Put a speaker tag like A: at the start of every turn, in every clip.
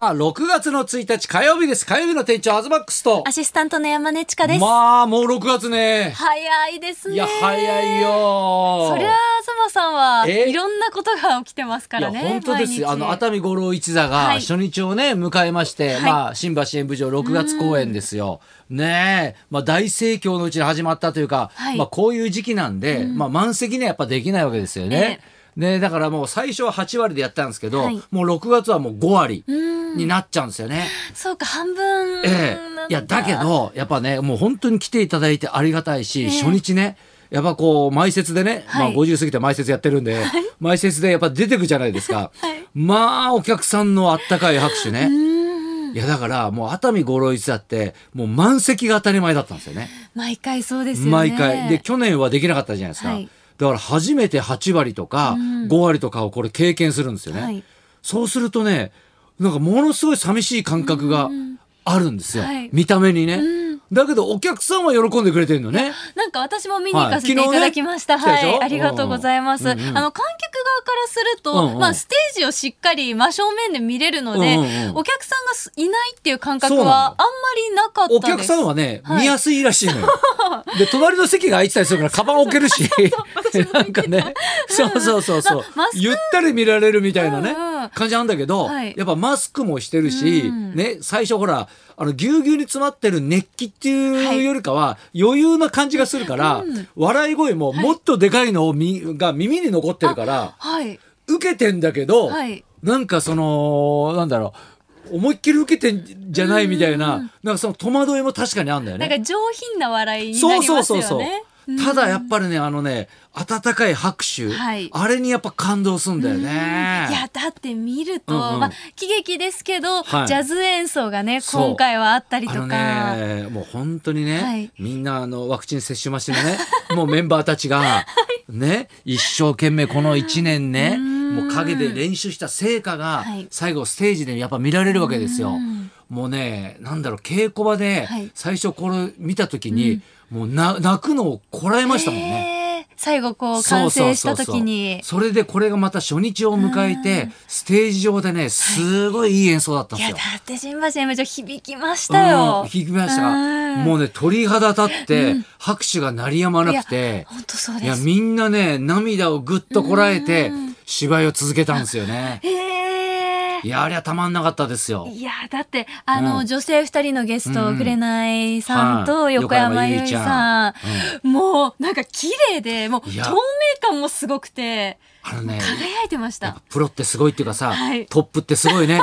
A: あ、6月の1日火曜日です。火曜日の店長、アズマックスと
B: ア。シスタントの山根千佳です。
A: まあ、もう6月ね。
B: 早いですね。
A: いや、早い。よ。
B: そりゃあ、妻さんは
A: え
B: いろんなことが起きてますか
A: い
B: ら
A: や、
B: ね。
A: 本当ですよ。あ
B: 毎日
A: の、熱海五郎一座が
B: はい
A: 初日をね、迎えまして、
B: い
A: まあ、新橋演舞場6月公演ですよ。ねえ、まあ、大盛況のうちに始まったというか、
B: はい
A: まあ、こういう時期なんで、まあ、満席にはやっぱできないわけですよね。ね、だからもう最初は8割でやったんですけど、
B: はい
A: もう6月はもう5割
B: うん。
A: になっちゃうんですよね。
B: そうか、半分。
A: ええ、いやだけ。どやっぱねもう本当に来ていただいてありがたいし、
B: ええ
A: 初日ねやっぱこう前説でね、
B: はい
A: まあ50過ぎて前説やってるんで、前説でやっぱ出てくじゃないですか、
B: はい
A: まあお客さんのあったかい拍手
B: う
A: ね、
B: ん。
A: いやだからもう熱海五郎一座ってもう満席が当たり前だったんですよね
B: 毎回そうですよね。
A: 毎回で去年はできなかったじゃないですか、
B: はい
A: だから初めて8割とか
B: うん
A: 5割とかをこれ経験するんですよね、
B: はい
A: そうするとねなんかものすごい寂しい感覚があるんですよ、
B: はい
A: 見た目にね、
B: うん
A: だけどお客さんは喜んでくれてるのね
B: なんか私も見に行かせてい
A: はい昨
B: た
A: 日ね
B: だきました。
A: 来たで
B: は
A: しょ
B: い、ありがとうございます。
A: う
B: あ
A: ん
B: の
A: うん
B: 観
A: うん
B: 客側からすると、
A: うんうん
B: まあステージをしっかり真正面で見れるので、
A: うんうんうん
B: お客さんがすいないっていう感覚
A: そうな
B: はあん
A: の
B: まりなかったです。
A: お客さんはね、
B: はい
A: 見やすいらしいのよ で隣の席が空いてたりするからカバン置ける しなんかねそうそうそうそう
B: マスク
A: ゆったり見られるみたいなね、
B: うんうん
A: 感じなんだけど、
B: はい
A: やっぱマスクもしてるし、
B: うん
A: ね最初ほらあのぎゅうぎゅうに詰まってる熱気っていうよりかは余裕な感じがするから、
B: うん
A: 笑い声ももっとでかいのをみ、が耳に残ってるから
B: はい。
A: 受けてんだけど、
B: はい
A: なんかそのなんだろう思いっきり受けてんじゃないみたいな、なんかその戸惑いも確かにあるんだよ
B: なん
A: ね。
B: か上品な笑いにな
A: そう
B: り
A: そう
B: ます
A: そう
B: よ
A: そう
B: ね。うん
A: ただやっぱりねあのね温かい拍手、
B: はい
A: あれにやっぱ感動するんだよね。
B: いやだって見ると、
A: うんうん
B: まあ、喜劇ですけど、
A: はい
B: ジャズ演奏がね
A: そう
B: 今回はあったりと
A: あの
B: か、
A: ね、もう本当にね、
B: はい
A: みんなあのワクチン接種待ちのね、 もうメンバーたちが、ね、一生懸命この1年ね、
B: うん
A: もう陰で練習した成果が
B: はい、
A: 最後ステージでやっぱ見られるわけです
B: う
A: よ
B: ん。
A: もうね、なんだろう、稽古場で
B: はい、
A: 最初これ見た時に、もうな泣くのをこらえましたもんね。
B: ね、最後こう
A: そう
B: 完
A: そう
B: 成し
A: そ
B: た
A: うそう
B: 時に
A: それでこれがまた初日を迎えて、ステージ上でね、すごいいい演奏だったん
B: い
A: です
B: や
A: よ
B: だ。って新橋演舞場響きましたよ
A: うん、聞きました
B: うん
A: もうね鳥肌立って拍手が鳴りやまなくて、
B: 本当そう
A: い
B: で
A: や
B: す
A: みんなね涙をぐっとこらえて
B: うん
A: 芝居を続けたんですよね
B: へー
A: いやありゃたまんなかったですよ
B: いやだってあの、
A: うん
B: 女性二人のゲスト、
A: うん
B: くれないさんと
A: はい
B: 横山
A: 横山
B: 由
A: 由依
B: 依
A: ちゃん
B: さん、もうなんか綺麗でもう
A: い
B: 透
A: や
B: 明感もすごくて
A: あのね
B: 輝いてまし
A: やったぱプロってすごいっていうかさ、
B: はい
A: トップってすごい ね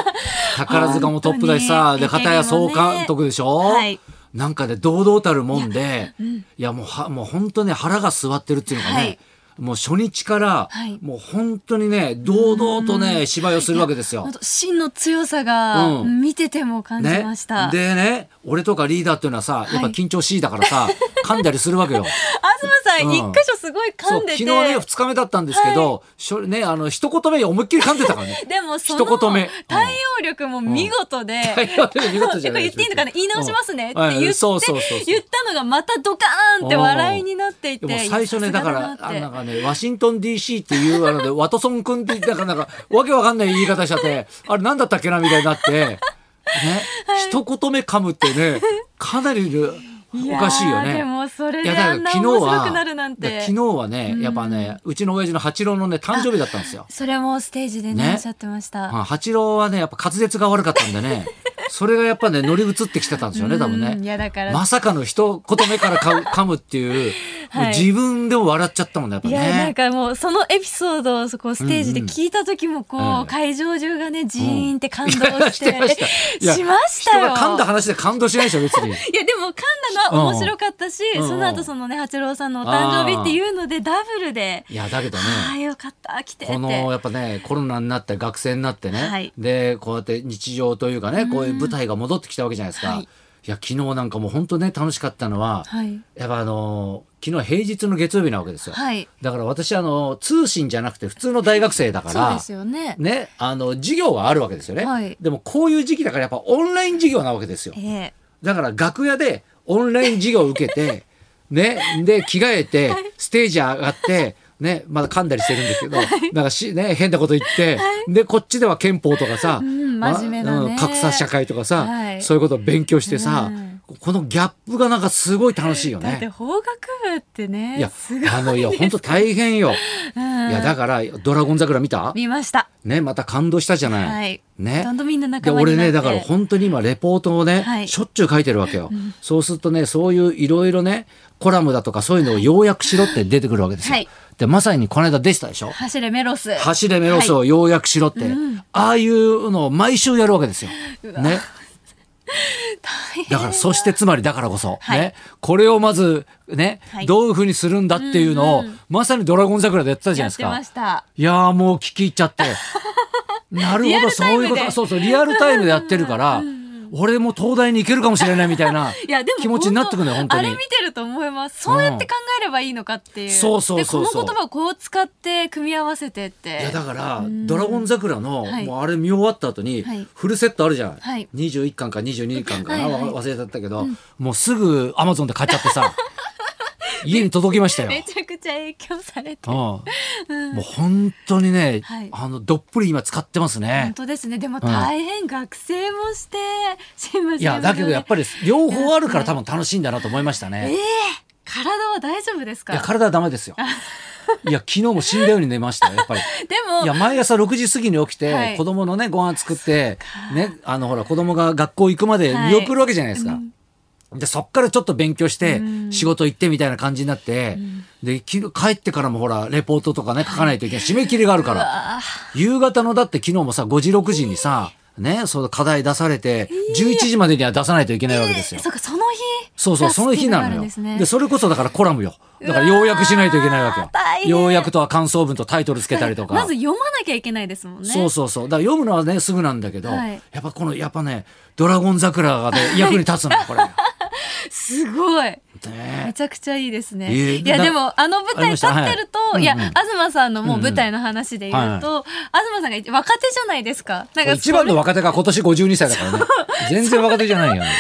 A: 宝塚もトップだしさ
B: 本当に
A: で片や総監督でしょ、
B: はい
A: なんかね堂々たるもんでいや,、
B: ん
A: もうはもう本当ね腹が据わってるっていうのがね、
B: はい
A: もう初日から、
B: はい
A: もう本当にね堂々とね芝居をするわけですよ
B: 本。当芯の強さが
A: うん
B: 見てても感じ
A: ね
B: ました、、
A: でね俺とかリーダーっていうのはさ、やっぱ緊張しいだからさ 噛んだりするわけよ。
B: 東さん
A: うん
B: 一箇所すごい
A: そう
B: 噛んで
A: 昨
B: て、。
A: 日ね2日目だったんですけど、しょねあの一言目思いっきり噛んでたからね
B: でもそ
A: 一
B: の
A: 言目うん
B: 対応力も見事で、
A: 大 変だよ見事じ
B: え
A: ゃ
B: こ
A: ない
B: れ言っていいの かな言い直しますねって言って、
A: うんはいそうそうそうそう
B: 言ったのがまたドカーンって笑いになっていて
A: でも最初ね
B: いや
A: だか
B: さす
A: ら
B: なっ
A: あ
B: て
A: なんかねワシントン DC っていうあのでワトソン君ってなんかなんかわけわかんない言い方しちゃってあれなんだったっけなみたいになってね、一言目噛むってねかなりおかしいよ
B: やー
A: ね。
B: でもそれ
A: い
B: で
A: やだ
B: あん
A: から
B: な
A: 昨日
B: 面白くな
A: は
B: るなん
A: だから
B: て
A: 昨日はねやっぱねうちの親父の八郎のね誕生日だったんですよ。
B: それもステージでね
A: ね
B: おっしゃってました、
A: まあ八郎はねやっぱ滑舌が悪かったんで ねそれがやっぱね乗り移ってきてたんですよね多分
B: うんい
A: ね。
B: やだから、
A: まさかの一言目から噛む噛むって いう、
B: はい
A: もう自分でも笑っちゃったもんねやっぱ
B: い
A: ね。
B: やなんかもうそのエピソードをそこステージで聞いた時もこう、
A: うんうん
B: 会場中がねジーンって感動し
A: して
B: て
A: ましたいや
B: しましたよ
A: 人が噛んだ話で感動しないでしょ別 に。
B: いやでも噛んだのは面白かったし、
A: うんうん
B: その後そのね八郎さんのお誕生日っていうのでダブルで、
A: いやだけどね。
B: ああよかった来てって
A: このやっぱねコロナになって学生になってね、
B: はい
A: でこうやって日常というかねこういう舞台が戻ってきたわけじゃないですか、
B: はい
A: い、や昨日なんかもう本当ね楽しかったのは、
B: はい
A: やっぱあのー昨日平日の月曜日なわけですよ、
B: はい
A: だから私あの通信じゃなくて普通の大学生だか
B: そうで
A: ら
B: すよね
A: ねあの授業はあるわけですよね、
B: はい
A: でもこういう時期だからやっぱオンライン授業なわけですよ
B: ええ
A: だから楽屋でオンライン授業を受け てねで着替えてステージ上がってねまだ噛んだりしてるんですけど、なんかしね変なこと言って、でこっちでは憲法とかさ、
B: 真面目なね
A: うん格差社会とかさ、
B: はい
A: そういうことを勉強してさ、
B: うん
A: このギャップがなんかすごい楽しいよ
B: だっ
A: ね。
B: て法学部ってね
A: いや
B: すごい、
A: あの、いや、本当大変よ。
B: うん
A: いや、だから、ドラゴン桜見た
B: 見ました
A: ね、また感動したじゃない。
B: はい
A: ね
B: ど。んどんみんな
A: で
B: 仲間になっ
A: 俺
B: て
A: ねだから本当に今レポートをね、
B: はい
A: しょっちゅう書いてるわけよ、そうするとねそういういろいろねコラムだとかそういうのを要約しろって出てくるわけですよ、
B: はい
A: でまさにこの間出てたでしょ
B: 走れメロス
A: 走れメロスを要約しろって、ああいうのを毎週やるわけですよ。ね。だからそしてつまりだからこそ、
B: はい
A: ねこれをまずね、
B: はい
A: どういうふうにするんだっていうのを、まさに「ドラゴン桜」でやってたじゃない
B: や
A: で
B: っ
A: す
B: て
A: か
B: ま。した
A: いやーもう聞き入っちゃって なる
B: リア
A: ほど
B: ル
A: そ
B: タイ
A: う
B: ム
A: い
B: で
A: うことそうそうリアルタイムでやってるから俺も東大に行けるかもしれないみたいな
B: いやでも
A: 気持ちになってくるのよ本当
B: あれ
A: に
B: 見。てると思いますそうやって考えればいいのかっていう、
A: そうそうそうそう
B: でこの言葉をこう使って組み合わせてっ
A: い
B: て
A: やだから「ドラゴン桜の」
B: はい
A: もうあれ見終わった後に、
B: はい
A: フルセットあるじゃん、
B: はい
A: 21巻か22巻かな、
B: はいはい
A: わ忘れちゃったけど、もうすぐアマゾンで買っちゃって さ家に届きましたよ。
B: めちゃくちゃ影響されて
A: うん、もう本当にね、
B: はい
A: あのどっぷり今使ってます
B: 本
A: ね。
B: 当ですねでも大変、学生もして新聞
A: いやだけどやっぱ
B: り
A: り両方あるから多分楽しいんだなと思いましたね。
B: 体は大丈夫ですか
A: いや体はダメですよ。いや昨日も死んだように寝ましたよやっぱり。
B: で
A: い
B: も
A: や毎朝6時過ぎに起きて、
B: はい
A: 子供のねご飯作ってねあのほら子供が学校行くまで見送るわけじゃないですか。でそっからちょっと勉強して
B: うん
A: 仕事行ってみたいな感じになって、でき帰ってからもほらレポートとかね書かないといけない締め切りがあるから
B: あー
A: 夕方のだって昨日もさ5時6時にさねその課題出されて11時までには出さないといけないわけですよ。
B: そうかその日
A: そうそう、
B: 出す
A: その日な
B: っ
A: のよ。
B: ていうがあるん
A: で
B: ですね
A: それこそだからコラムよ。だから要約しないといけないわけ
B: うわー大
A: よ。
B: 変
A: 要約とは感想文とタイトルつけたりとか。
B: まず読まなきゃいけないですもんね
A: そうそうそう。だから読むのはね、すぐなんだけど、
B: はい
A: やっぱこの、やっぱね、ドラゴン桜がね、役に立つのよ、これ。
B: すごいめ
A: ね
B: ちゃくちゃいいですね。
A: ええ
B: いや
A: な
B: でもあの舞台立ってると、
A: ありましたはい
B: い、や、
A: うんうん
B: 東さんのもう舞台の話で言うと、
A: う
B: 東さんが一若手じゃないですか。なんか
A: 一番の
B: それ
A: 若手が今年52歳だから ね。全然若手じゃないよ。
B: 不思議な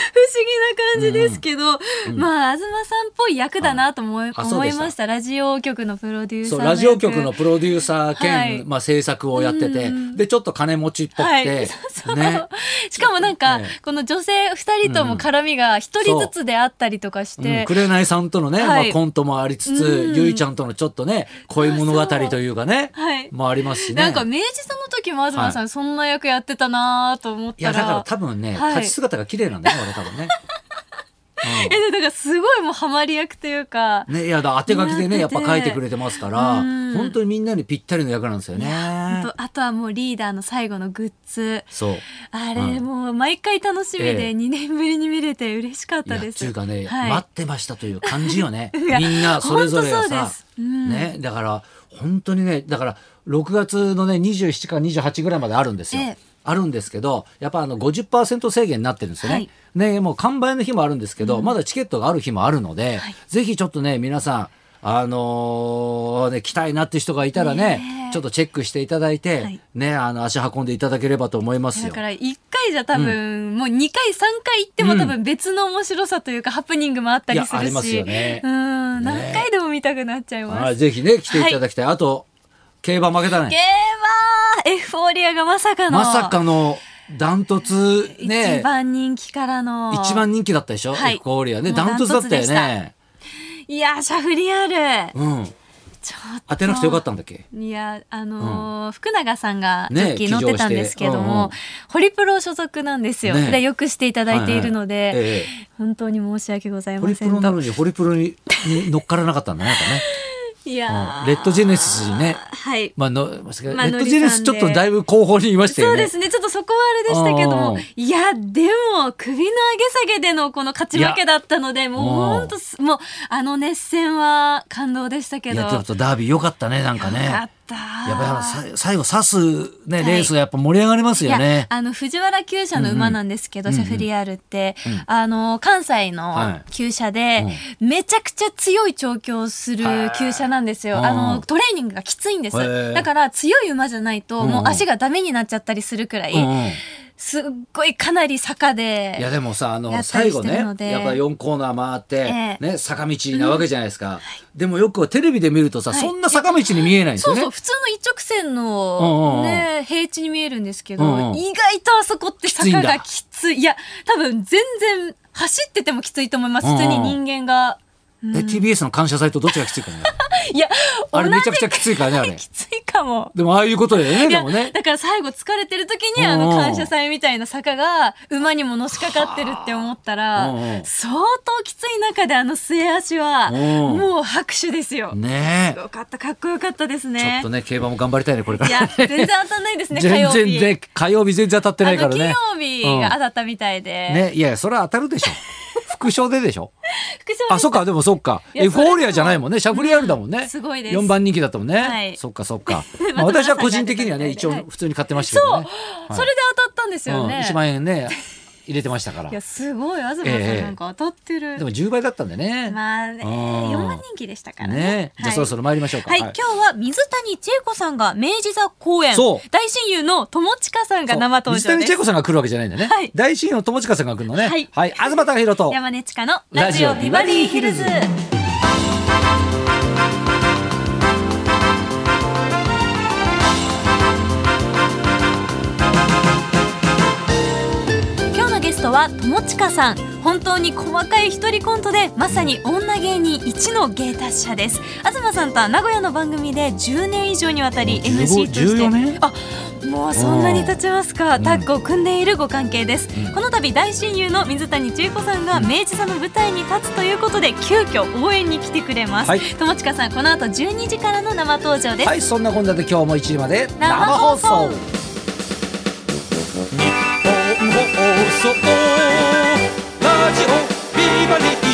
B: 感じですけど、まあ東さんっぽい役だなと思い,、
A: あそう
B: 思
A: で
B: い
A: した
B: ました。ラジオ局のプロデューサー
A: そう、
B: の役。
A: ラジオ局のプロデューサー兼、
B: はい
A: まあ制作をやってて、で、ちょっと金持ちっぽくて、
B: はいそうそう
A: ね。
B: しかもなんか、
A: ええ
B: この女性二人とも絡みが一人ずつであったりとかして、
A: うん、紅さんとのね、
B: はい
A: まあ、コントもありつつ、
B: うん
A: ゆいちゃんとのちょっとね恋物語というかね
B: はい
A: もありますしね。
B: なんか明治座の時も東さ
A: は
B: んそんな役やってたなと思
A: い
B: った
A: や
B: ら。
A: だから多分ね、
B: はい
A: 立ち姿が綺麗なんだね俺多分ね。
B: えでだからすごいもうハマり役というか、
A: うん、ねいやだ当て書きでねやっぱ書いてくれてますから、
B: うん
A: 本当にみんなにぴったりの役なんですよ
B: あ
A: ね。
B: とあとはもうリーダーの最後のグッズ
A: そう。
B: あ
A: う
B: れ
A: ん
B: もう毎回楽しみ
A: ええ
B: で2年ぶりに見れて嬉しかっ
A: い
B: た
A: や
B: で
A: って
B: す。
A: いうかね、
B: はい
A: 待ってましたという感じよねみ
B: いや
A: んなそれぞれが
B: ほんとそう
A: さ
B: です、うん
A: ねだから本当にねだから6月のね27から28ぐらいまであるんですよ。
B: ええ
A: あるんですけどやっぱあの50%制限になってるんですよね。
B: はい
A: ねもう完売の日もあるんですけど、まだチケットがある日もあるので、ぜひちょっとね皆さんあのーね来たいなって人がいたらね
B: ねえ
A: ちょっとチェックしていただいて、
B: はい
A: ねあの足運んでいただければと思います
B: だ
A: よ
B: か。ら1回じゃ多分、もう2回3回行っても多分別の面白さというか、ハプニングもあったりす
A: いやあ
B: る
A: ります
B: し
A: よね
B: うん
A: ね
B: 何回でも見たくなっちゃいます。
A: はいぜひね来ていただきたい。あと競馬負けたね
B: ゲ。ーマーエフフォーリアがまさかの
A: まさかのダントツね
B: 一番人気からの
A: 一番人気だったでしょ、
B: はい
A: エフフォーリアね
B: もうダ
A: ダン
B: ン
A: ト
B: ト
A: ツだっ
B: ツ
A: たよ
B: でした
A: ね
B: いやシャフリヤール
A: うん
B: ちょっと
A: 当てなくてよかったんだっけ
B: いや、あのー福永さんが
A: ね
B: ジョッキー乗ってたんですけど
A: 騎乗してうんうん
B: も、ホリプロ所属なんですよ。
A: ね
B: で、よくしていただいているので、
A: はいはいえ
B: 本当に申し訳ござい
A: ホ
B: ま
A: リプ
B: せん
A: ロな
B: と。
A: のにホリプロにに乗っからなかったんだね
B: い
A: なんかね、うん
B: やー
A: レッドジェネシスにね
B: はい。
A: まあの、レ
B: まあ
A: ッドジェネシスちょっとだいぶ後方にいました
B: そ
A: よ
B: うで
A: ね
B: すね。ちょっとそこはあれでしたけど
A: うん
B: も、いや、でも、首の上げ下げでのこの勝ち負けだったので、もう
A: うん
B: 本当す、もう、あの熱戦は感動でしたけ
A: い
B: ど。
A: やちょっとダービー良かったねなんかね
B: よか
A: やっ
B: った。
A: ぱりさ最後刺すねレ
B: い
A: ースがやっぱ盛り上がりますよ
B: い
A: ね
B: や、あの藤原厩舎の馬なんですけど、
A: うんうん
B: シャフリヤールって、あの関西
A: は
B: の
A: い
B: 厩舎で、めちゃくちゃ強い調教をする厩舎なんです
A: へ
B: よ。
A: ー
B: あ
A: うん
B: のトレーニングがきついんです
A: へー。
B: だから強い馬じゃないと、
A: うんうん
B: もう足がダメになっちゃったりするくらい、
A: うんうん
B: すっごいかなり坂
A: いや
B: で
A: でもさあの
B: やった
A: 最
B: り
A: 後
B: して
A: ね
B: る
A: やっ
B: の
A: ぱ
B: で
A: 4コーナー回っ
B: え
A: て、ね、坂道なわけじゃないですか、でもよくテレビで見るとさ、
B: はい
A: そんな坂道に見えないんです
B: そ
A: よ
B: う
A: ね
B: そう普通の一直線
A: うんうんう
B: の
A: ん
B: ね平地に見えるんですけ
A: うんう
B: ど
A: ん
B: 意外とあそこって
A: きついん
B: 坂
A: だ
B: がきついいや多分全然走っててもきついと思いま
A: う
B: す
A: んうん
B: 普通に人間が
A: え TBS の感謝祭とどっちがきついかね
B: いや
A: あれ
B: 同
A: め
B: じ
A: ちゃくちゃきついからねあれ
B: きついかも
A: でもああいうことだよね
B: い
A: で
B: や
A: もね
B: だから最後疲れてる時に
A: うんう
B: あ
A: ん
B: の感謝祭みたいな坂が馬にものしかかってるって思ったら
A: うんうん
B: 相当きつい中であの末足は
A: うん
B: もう拍手ですよ。
A: ねえ
B: よかったかっこよかったです
A: ちょっ
B: ね
A: と。ね競馬も頑張りたいねこれか
B: いや
A: ら
B: 全然当たんないですね火
A: 全
B: 曜日。
A: 然ね火曜日全然当たってないからね
B: あの金曜日が当たったみたいで、
A: ねいやそれは当たるでしょ副賞ででしょ
B: 副賞
A: あそっかでもそっか
B: いや
A: エフフォーリアじゃないもんねシャフリヤールだもんね、
B: うんすごいです
A: 4番人気だったもんね、
B: はい
A: そっかそっか、
B: ね
A: まあ、
B: また
A: 私は個人的にはね
B: 皆
A: 一
B: さん
A: 応
B: が出てたんで
A: 普通に買ってましたけどねはい
B: それで当たったんですよね、
A: うん、1万円 ね入れてましたから
B: いや
A: です
B: ごい東さんなんか当たってる、
A: も10倍だったんでね、
B: まあね
A: うん
B: 4万人気でしたからね
A: ねじゃあそろそろ参りましょうか、
B: はい、今日は水谷千恵子さんが明治座公演
A: そう
B: 大親友の友近さんが生登
A: そう
B: 場
A: 水谷
B: で
A: 千恵
B: す
A: 子さんが来るわけじゃないんだね、
B: はい
A: 大親友の友近さんが来るのね
B: はい
A: 東隆弘と
B: 山根千佳のラジオビバリーヒルズ
A: ラジオビバリー
B: 今日のゲストは友近さん本当に細かい一人コントでまさに女芸人一の芸達者です東さんとは名古屋の番組で10年以上にわたり
A: もう15
B: MC として
A: 14年
B: あもうそんなに経ちますか
A: ん
B: タッグを組んでいるご関係です、
A: うん
B: この度大親友の水谷千恵子さんが明治座の舞台に立つということで急遽応援に来てくれます、
A: はい
B: 友近さんこの後12時からの生登場です、
A: はいそんなこんなで今日も1時まで
B: 生放
A: 日
B: 送
A: 本放送ラジオビバリー